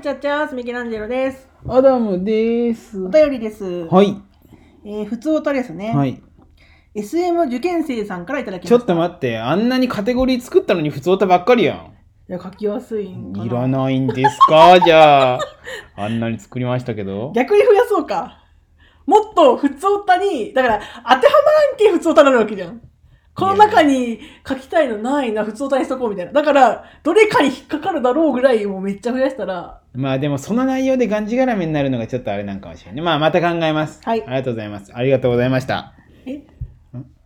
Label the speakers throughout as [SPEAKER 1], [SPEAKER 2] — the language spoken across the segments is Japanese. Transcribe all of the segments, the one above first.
[SPEAKER 1] ちゃっちゃーす、ミケランジェロです。
[SPEAKER 2] アダムです。
[SPEAKER 1] お
[SPEAKER 2] は
[SPEAKER 1] 便りです。
[SPEAKER 2] い。
[SPEAKER 1] えー、普通おたですね。
[SPEAKER 2] はい。
[SPEAKER 1] SM 受験生さんからいただきまし
[SPEAKER 2] ちょ
[SPEAKER 1] た。
[SPEAKER 2] っと待って、あんなにカテゴリー作ったのに普通歌ばっかりや
[SPEAKER 1] いや書きやすいん
[SPEAKER 2] ん。
[SPEAKER 1] かな。
[SPEAKER 2] いらないんです かじゃあ。あんなに作りましたけど。
[SPEAKER 1] 逆に増やそうか。もっと普通おたに、だから当てはまらんけん普通おたなるわけじゃん。この中に書きたいのないな、普通おたにしとこうみたいな。だから、どれかに引っかかるだろうぐらいもうめっちゃ増やしたら、
[SPEAKER 2] まあでもその内容でがんじがらめになるのがちょっとあれなんかもしれない。まあまた考えます。
[SPEAKER 1] はい
[SPEAKER 2] ありがとうございます。ありがとうございました。
[SPEAKER 1] え、
[SPEAKER 2] ん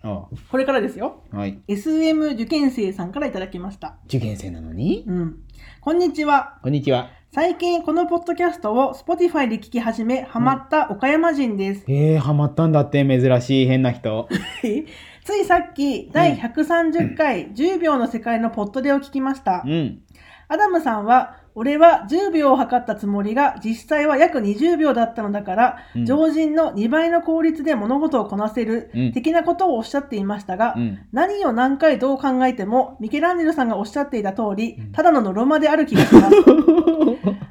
[SPEAKER 2] お
[SPEAKER 1] これからですよ。
[SPEAKER 2] うはい。
[SPEAKER 1] SM 受験生さんからいただきました。
[SPEAKER 2] 受験生なのに
[SPEAKER 1] うん。こんにちは。
[SPEAKER 2] こんにちは。
[SPEAKER 1] 最近このポッドキャストを Spotify で聞き始めハマった岡山人です、
[SPEAKER 2] えー、ハマったんだって珍しい変な人。
[SPEAKER 1] ついさっき第130回10秒の世界のポッドでを聞きました、
[SPEAKER 2] うん。
[SPEAKER 1] アダムさんは俺は10秒を測ったつもりが実際は約20秒だったのだから、
[SPEAKER 2] うん
[SPEAKER 1] 常人の2倍の効率で物事をこなせる
[SPEAKER 2] うん
[SPEAKER 1] 的なことをおっしゃっていましたが、
[SPEAKER 2] うん。
[SPEAKER 1] 何を何回どう考えてもミケランジェロさんがおっしゃっていた通り
[SPEAKER 2] うん
[SPEAKER 1] ただのノロマである気がします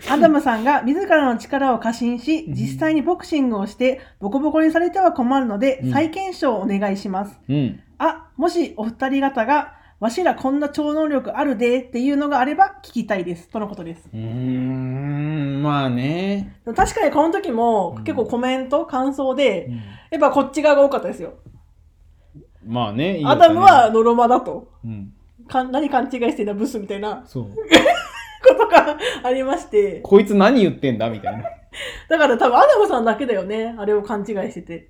[SPEAKER 1] アダムさんが自らの力を過信し、
[SPEAKER 2] うん
[SPEAKER 1] 実際にボクシングをして、ボコボコにされては困るので
[SPEAKER 2] う、ん
[SPEAKER 1] 再検証をお願いします。
[SPEAKER 2] うん。
[SPEAKER 1] あ、もしお二人方が、わしらこんな超能力あるでっていうのがあれば聞きたいです。とのことです。
[SPEAKER 2] うーん、まあね。
[SPEAKER 1] 確かにこの時も
[SPEAKER 2] うん
[SPEAKER 1] 結構コメント、感想で、やっぱこっち側が多かったですよ。
[SPEAKER 2] まあね。いいよ
[SPEAKER 1] アダムは、ノロマだと。
[SPEAKER 2] うん、
[SPEAKER 1] かん何勘違いしてんだブスみたいな
[SPEAKER 2] そう。
[SPEAKER 1] ことが ありまして。
[SPEAKER 2] こいつ何言ってんだみたいな。
[SPEAKER 1] だから多分アダムさんだけだよね。あれを勘違いしてて。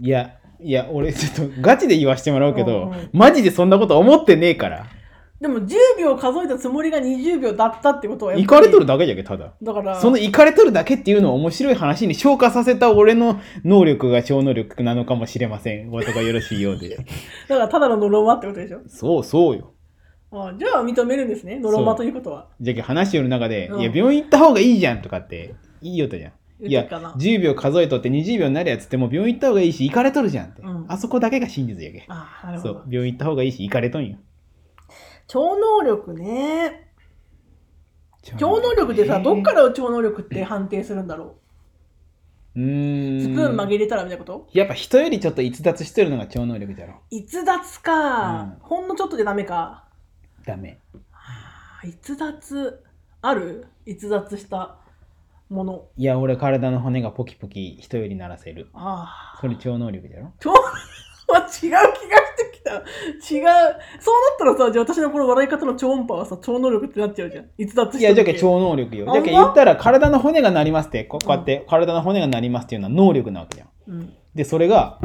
[SPEAKER 2] いや、いや、俺ちょっとガチで言わしてもらうけ
[SPEAKER 1] う
[SPEAKER 2] ど
[SPEAKER 1] んうん、
[SPEAKER 2] マジでそんなこと思ってねえから。
[SPEAKER 1] でも10秒数えたつもりが20秒だったってことはやっ
[SPEAKER 2] 行
[SPEAKER 1] ぱ
[SPEAKER 2] か
[SPEAKER 1] り
[SPEAKER 2] れとるだけじゃけ、ただ。
[SPEAKER 1] だから
[SPEAKER 2] その行かれとるだけっていうのを面白い話に昇華させた俺の能力が超能力なのかもしれません。おとがよろしいようで。
[SPEAKER 1] だからただのノロマってことでしょ
[SPEAKER 2] そうそうよ。
[SPEAKER 1] あじゃあ認めるんですねノロマということは
[SPEAKER 2] じゃけ話してる中で、
[SPEAKER 1] うん
[SPEAKER 2] いや、病院行った方がいいじゃんとかって言いよったじゃん。い
[SPEAKER 1] 言
[SPEAKER 2] や、
[SPEAKER 1] ってっかな
[SPEAKER 2] 10秒数えとって20秒になるやつってもう病院行った方がいいし、行かれとるじゃんって。
[SPEAKER 1] うん
[SPEAKER 2] あそこだけが真実やけ。
[SPEAKER 1] あなるほ
[SPEAKER 2] そ
[SPEAKER 1] ど
[SPEAKER 2] う、病院行った方がいいし、行かれとんよ。
[SPEAKER 1] 超能力ね超能力でさどっかららを超能力って判定するんだろう
[SPEAKER 2] うーん。
[SPEAKER 1] スプーン曲げれたらみたいなこと
[SPEAKER 2] やっぱ人よりちょっと逸脱してるのが超能力じゃろ。
[SPEAKER 1] 逸脱か、
[SPEAKER 2] うん
[SPEAKER 1] ほんのちょっとでダメか
[SPEAKER 2] ダメ。
[SPEAKER 1] あ逸脱ある逸脱したもの
[SPEAKER 2] いや、俺体の骨がポキポキ人より鳴らせる。
[SPEAKER 1] ああ
[SPEAKER 2] それ超能力じゃろ。
[SPEAKER 1] 超 違う気がしてきた。違う。そうなったらさ、じゃあ私のこの笑い方の超音波はさ、超能力ってなっちゃうじゃん。逸脱
[SPEAKER 2] い
[SPEAKER 1] して
[SPEAKER 2] や、
[SPEAKER 1] る
[SPEAKER 2] じゃ
[SPEAKER 1] だ
[SPEAKER 2] け
[SPEAKER 1] け
[SPEAKER 2] 超能力よ。
[SPEAKER 1] あ
[SPEAKER 2] じゃけ
[SPEAKER 1] ほんま
[SPEAKER 2] 言ったら体の骨が鳴りますって、ここうやって体の骨が鳴りますっていうのは能力なわけじゃん。
[SPEAKER 1] うん
[SPEAKER 2] で、それが、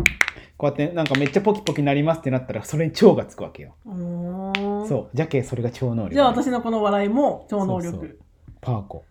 [SPEAKER 2] こうやってなんかめっちゃポキポキ鳴りますってなったら、それに超がつくわけよ。
[SPEAKER 1] うーん。
[SPEAKER 2] そう、じゃけそれが超能力。
[SPEAKER 1] じゃあ私のこの笑いも超能力。
[SPEAKER 2] そうそうパーコ。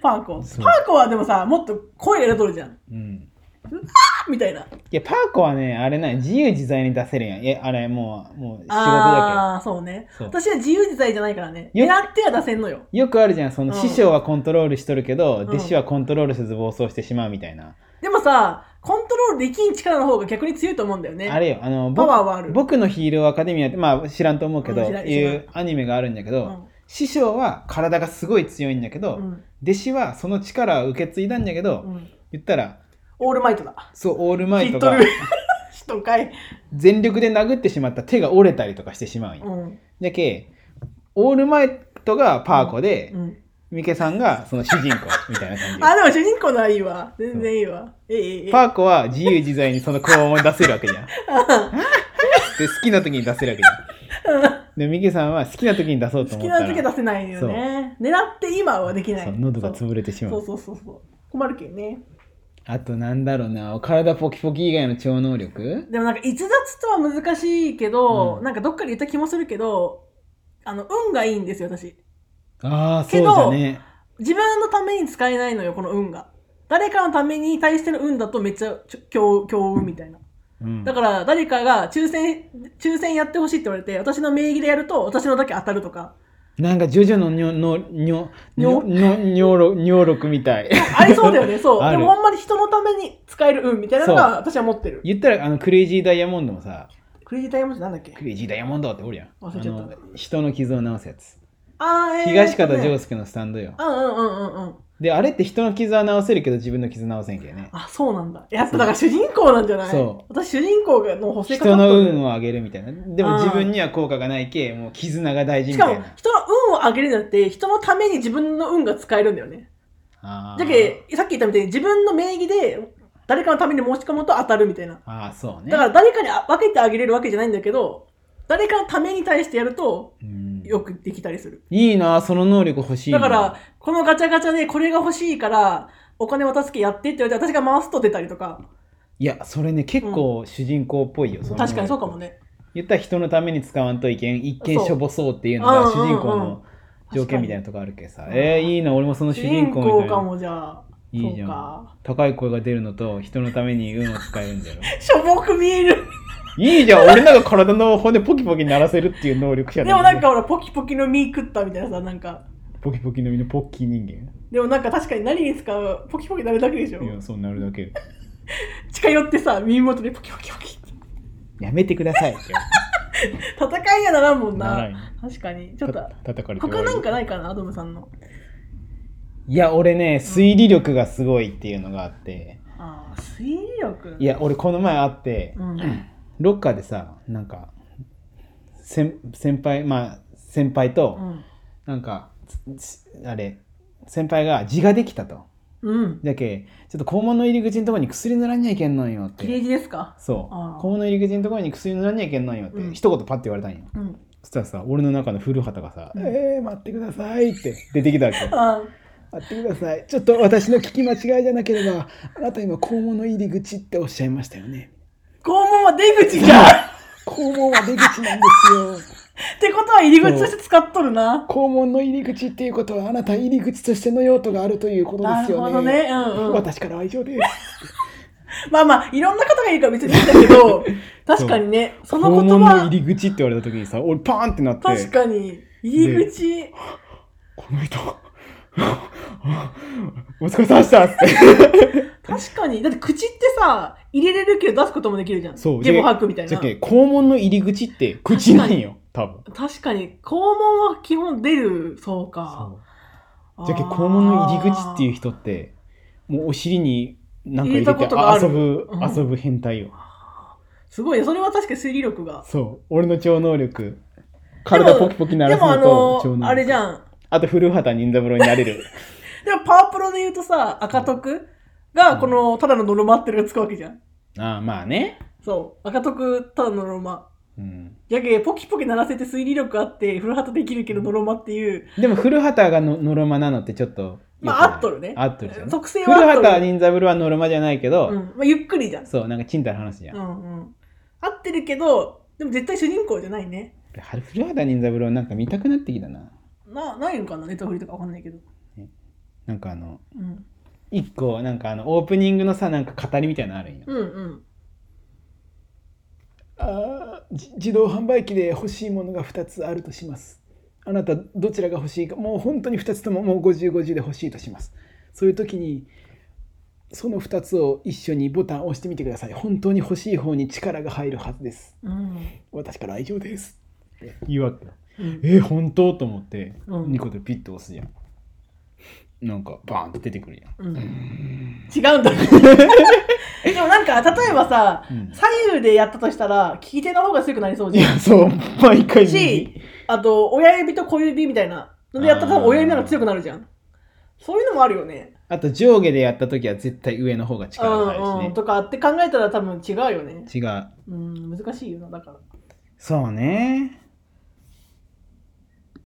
[SPEAKER 1] パーコ。
[SPEAKER 2] そう
[SPEAKER 1] パーコはでもさ、もっと声入れとるじゃん。
[SPEAKER 2] うん。
[SPEAKER 1] あみたいな。
[SPEAKER 2] いや、パーコはね、あれない、自由自在に出せるやん。え、あれ、もう、もう仕事だ
[SPEAKER 1] ああ、そうね
[SPEAKER 2] そう
[SPEAKER 1] 私は自由自在じゃないからね。狙
[SPEAKER 2] よ
[SPEAKER 1] っては出せんのよ。
[SPEAKER 2] け。よくあるじゃん、その、
[SPEAKER 1] うん
[SPEAKER 2] 師匠はコントロールしとるけど、
[SPEAKER 1] ん
[SPEAKER 2] 弟子はコントロールせず暴走してしまうみたいな。
[SPEAKER 1] でもさ、コントロールできん力の方が逆に強いと思うんだよね。
[SPEAKER 2] あれよ、あの、
[SPEAKER 1] パ
[SPEAKER 2] 僕
[SPEAKER 1] ワーはある。
[SPEAKER 2] 僕のヒーローアカデミアって、まあ知らんと思うけど、
[SPEAKER 1] うん知らん知らん
[SPEAKER 2] いうアニメがあるんだけ
[SPEAKER 1] う
[SPEAKER 2] ど、
[SPEAKER 1] ん
[SPEAKER 2] 師匠は体がすごい強いんだけど、
[SPEAKER 1] うん
[SPEAKER 2] 弟子はその力を受け継いだんだけど、
[SPEAKER 1] うん
[SPEAKER 2] 言ったら、
[SPEAKER 1] オールマイトだ。
[SPEAKER 2] そう、オールマ
[SPEAKER 1] 知
[SPEAKER 2] イ
[SPEAKER 1] っ
[SPEAKER 2] ト
[SPEAKER 1] と
[SPEAKER 2] が
[SPEAKER 1] る人かい。
[SPEAKER 2] 全力で殴ってしまった手が折れたりとかしてしまうんよ。
[SPEAKER 1] うん。
[SPEAKER 2] だけオールマイトがパーコで、
[SPEAKER 1] うん
[SPEAKER 2] ミケさんがその主人公みたいな
[SPEAKER 1] あ、
[SPEAKER 2] 感
[SPEAKER 1] でも主人公のはいいわ。全然いいわ。えええ
[SPEAKER 2] じ
[SPEAKER 1] え。
[SPEAKER 2] パーコは自由自在にその高音を出せるわけじゃんで好きな時に出せるわけじゃんでミケさんは好きな時に出そうと
[SPEAKER 1] 好き
[SPEAKER 2] 思ったら
[SPEAKER 1] な時は出せないよね。狙って今はできない。
[SPEAKER 2] そう喉が潰れてしまう
[SPEAKER 1] そうそうそうそう。困るけんね。
[SPEAKER 2] あとなんだろうなお体ポキポキ以外の超能力
[SPEAKER 1] でもなんか逸脱とは難しいけど、
[SPEAKER 2] うん
[SPEAKER 1] なんかどっかで言った気もするけど、あの、運がいいんですよ、私。
[SPEAKER 2] ああそ
[SPEAKER 1] け
[SPEAKER 2] うじ
[SPEAKER 1] ど
[SPEAKER 2] ゃね
[SPEAKER 1] 自分のために使えないのよ、この運が。誰かのために対しての運だとめっちゃちょ強強運みたいな。
[SPEAKER 2] うん
[SPEAKER 1] だから誰かが抽選、抽選やってほしいって言われて、私の名義でやると私のだけ当たるとか。
[SPEAKER 2] なんかジョジョの尿の尿
[SPEAKER 1] 尿
[SPEAKER 2] 尿尿尿力みたい
[SPEAKER 1] ありそうだよね、そう。
[SPEAKER 2] あ
[SPEAKER 1] で
[SPEAKER 2] る
[SPEAKER 1] もほんまに人のために使える運みたいなのが私は持ってる。
[SPEAKER 2] 言ったらあのクレイジーダイヤモンドもさ
[SPEAKER 1] クレイジーダイヤモンドってなんだっけ
[SPEAKER 2] クレイジーダイヤモンドっておるやん。
[SPEAKER 1] 忘れちゃった
[SPEAKER 2] あの人の傷を治すやつ。
[SPEAKER 1] あー、えー、
[SPEAKER 2] 東方丈
[SPEAKER 1] 介。
[SPEAKER 2] 介のスタンドよ。
[SPEAKER 1] うんうんうんうんうん。
[SPEAKER 2] で、あれって人の傷は治せるけど自分の傷治せんけどね。
[SPEAKER 1] あ、そうなんだ。やっぱだから主人公なんじゃない
[SPEAKER 2] そう
[SPEAKER 1] 私主人公の補正か
[SPEAKER 2] 人
[SPEAKER 1] な
[SPEAKER 2] の
[SPEAKER 1] と思う
[SPEAKER 2] 運を上げるみたいな。でも
[SPEAKER 1] あー
[SPEAKER 2] 自分には効果がないけ、もう絆が大事
[SPEAKER 1] し
[SPEAKER 2] み
[SPEAKER 1] か
[SPEAKER 2] たい
[SPEAKER 1] も
[SPEAKER 2] な。
[SPEAKER 1] 人の運を上げるんじゃなくて人のために自分の運が使えるんだよね。
[SPEAKER 2] あー
[SPEAKER 1] だけどさっき言ったみたいに自分の名義で誰かのために申し込むと当たるみたいな。
[SPEAKER 2] あー、そうね。
[SPEAKER 1] だから誰かに分けてあげれるわけじゃないんだけど誰かのために対してやると
[SPEAKER 2] うん
[SPEAKER 1] よくできたりする。
[SPEAKER 2] いいな、その能力欲しいな。
[SPEAKER 1] だから、このガチャガチャでこれが欲しいからお金渡すけやってって言われて私が回すと出たりとか
[SPEAKER 2] いや、それね、結構主人公っぽいよ。の能力
[SPEAKER 1] 確かにそうかも。ね
[SPEAKER 2] 言ったら人のために使わんといけん、一見
[SPEAKER 1] そう
[SPEAKER 2] しょぼそうっていうのが
[SPEAKER 1] うん
[SPEAKER 2] 主人公
[SPEAKER 1] うんうん
[SPEAKER 2] の条件みたいなとこあるけどさ。
[SPEAKER 1] 確かに
[SPEAKER 2] えー、いいな、俺もその
[SPEAKER 1] 主
[SPEAKER 2] 主
[SPEAKER 1] 人
[SPEAKER 2] 人公み
[SPEAKER 1] 公
[SPEAKER 2] たい
[SPEAKER 1] か
[SPEAKER 2] な。
[SPEAKER 1] もじゃあ
[SPEAKER 2] いいじ
[SPEAKER 1] そう
[SPEAKER 2] ゃ。
[SPEAKER 1] んか
[SPEAKER 2] 高い声が出るのと、人のために運を使えるんだよ。
[SPEAKER 1] しょぼく見える
[SPEAKER 2] いいじゃん、俺なんか体の骨ポキポキ鳴らせるっていう能力者
[SPEAKER 1] でもなんかほらポキポキの実食ったみたいなさなんか
[SPEAKER 2] ポキポキの身のポッキー人間。
[SPEAKER 1] でもなんか確かに何に使うポキポキなるだけでしょ
[SPEAKER 2] いや、そうなるだけ。
[SPEAKER 1] 近寄ってさ耳元でポキポキポキって
[SPEAKER 2] やめてくださいって。
[SPEAKER 1] 戦いやならんもん な
[SPEAKER 2] ならんよ
[SPEAKER 1] 確かにちょっと
[SPEAKER 2] た叩かれて終
[SPEAKER 1] 他
[SPEAKER 2] わり
[SPEAKER 1] なんかないかなアドムさんの
[SPEAKER 2] いや、俺ね、推理力がすごいっていうのがあって。
[SPEAKER 1] ああ推理力
[SPEAKER 2] いや、俺この前会って、
[SPEAKER 1] うん
[SPEAKER 2] ロッカーでさ、なんか、先先輩、まあ、先輩
[SPEAKER 1] う
[SPEAKER 2] と、
[SPEAKER 1] ん
[SPEAKER 2] なんか、つあれ、先輩が字ができたと。
[SPEAKER 1] うん
[SPEAKER 2] だけ、ちょっと肛門の入り口のところに薬塗らんにゃいけんのんよっ
[SPEAKER 1] 切れ
[SPEAKER 2] て。
[SPEAKER 1] 字ですか
[SPEAKER 2] そう
[SPEAKER 1] あ。ー
[SPEAKER 2] 肛門の入り口のところに薬塗らんにゃいけんのんよって、
[SPEAKER 1] うん
[SPEAKER 2] 一言パッて言われたんよ。
[SPEAKER 1] うん
[SPEAKER 2] そしたらさ、俺の中の古畑がさ、
[SPEAKER 1] うん
[SPEAKER 2] えー、待ってくださいって出てきたわけ。
[SPEAKER 1] あ
[SPEAKER 2] 待ってください。ちょっと私の聞き間違いじゃなければ、あなた今、肛門の入り口っておっしゃいましたよね。
[SPEAKER 1] 肛門は出口か
[SPEAKER 2] 肛門は出口なんですよ。
[SPEAKER 1] ってことは入り口として使っとるな
[SPEAKER 2] 肛門の入り口っていうことは、あなた入り口としての用途があるということで
[SPEAKER 1] な
[SPEAKER 2] す
[SPEAKER 1] る
[SPEAKER 2] よ
[SPEAKER 1] ほ
[SPEAKER 2] ね。
[SPEAKER 1] どねうんうん
[SPEAKER 2] 私からは以上です。
[SPEAKER 1] まあまあいろんな方がいるから別にいいんだ けど確かにねその言葉
[SPEAKER 2] り口って言われた時にさ、俺パーンってなっ
[SPEAKER 1] 確かに入り口、
[SPEAKER 2] この人、 お疲れ様でしたって。
[SPEAKER 1] 確かにだって口ってさ入れれるけど出すこともできるじゃん
[SPEAKER 2] そう
[SPEAKER 1] ゲボ吐くみたい
[SPEAKER 2] じゃ
[SPEAKER 1] な
[SPEAKER 2] っけ、肛門の入り口って口なんよ、多分。
[SPEAKER 1] 確かに肛門は基本出るそうか
[SPEAKER 2] じゃけ肛門の入り口っていう
[SPEAKER 1] う
[SPEAKER 2] 人ってもうお尻に何か
[SPEAKER 1] 入れ
[SPEAKER 2] 入
[SPEAKER 1] た
[SPEAKER 2] れ
[SPEAKER 1] ことがあ
[SPEAKER 2] て
[SPEAKER 1] る
[SPEAKER 2] 遊ぶ、
[SPEAKER 1] うん
[SPEAKER 2] 遊ぶ変態よ
[SPEAKER 1] すごいねそれは確かに推理力が
[SPEAKER 2] そう俺の超能力体ポキポキ鳴
[SPEAKER 1] で
[SPEAKER 2] らす
[SPEAKER 1] もあ
[SPEAKER 2] のと
[SPEAKER 1] の
[SPEAKER 2] 超能力
[SPEAKER 1] あれじゃん
[SPEAKER 2] あと古畑任三郎になれる
[SPEAKER 1] でもパワプロで言うとさ赤徳がこのただのノルマってるがつくわけじゃん
[SPEAKER 2] ああまあね
[SPEAKER 1] そう赤徳ただのノルマ
[SPEAKER 2] うん
[SPEAKER 1] じゃけポキポキ鳴らせて推理力あって古畑できるけどノルマっていう
[SPEAKER 2] でも古畑がのノルマなのってちょっとよくない
[SPEAKER 1] まあ合っとるね
[SPEAKER 2] 合っとるじゃん
[SPEAKER 1] 特性は
[SPEAKER 2] 古
[SPEAKER 1] あっとる
[SPEAKER 2] 畑任三郎はノルマじゃないけど、
[SPEAKER 1] うんまあ、ゆっくりじゃん
[SPEAKER 2] そうなんかちんたら話じゃん、
[SPEAKER 1] うんうん合ってるけどでも絶対主人公じゃないね
[SPEAKER 2] は古畑任三郎なんか見たくなってきたな
[SPEAKER 1] なないのかなネタフリとかわかんないけど、
[SPEAKER 2] なんかあの
[SPEAKER 1] うん、
[SPEAKER 2] 一個なんかあのオープニングのさなんか語りみたいなのあるんよ、
[SPEAKER 1] うんうん
[SPEAKER 2] あーじ自動販売機で欲しいものが2つあるとしますあなたどちらが欲しいかもう本当に2つとももう5050で欲しいとしますそういう時にその2つを一緒にボタンを押してみてください本当に欲しい方に力が入るはずです
[SPEAKER 1] うん
[SPEAKER 2] 私からは以上です言うわけ
[SPEAKER 1] うん
[SPEAKER 2] えー本当と思って
[SPEAKER 1] うん
[SPEAKER 2] ニ個でピッと押すじゃんなんかバーンって出てくるやん
[SPEAKER 1] うん、違 うんだでもなんか例えばさ、
[SPEAKER 2] うん
[SPEAKER 1] 左右でやったとしたら利き手の方が強くなりそうじ
[SPEAKER 2] い
[SPEAKER 1] ゃん
[SPEAKER 2] やそう毎回
[SPEAKER 1] しあと親指と小指みたいなのでやったら多分親指の方が強くなるじゃんそういうのもあるよね
[SPEAKER 2] あと上下でやった時は絶対上の方が力が入るし
[SPEAKER 1] うん
[SPEAKER 2] ね
[SPEAKER 1] うん、とかって考えたら多分違うよね、
[SPEAKER 2] 違う
[SPEAKER 1] うん、難しいよなだから
[SPEAKER 2] そうね。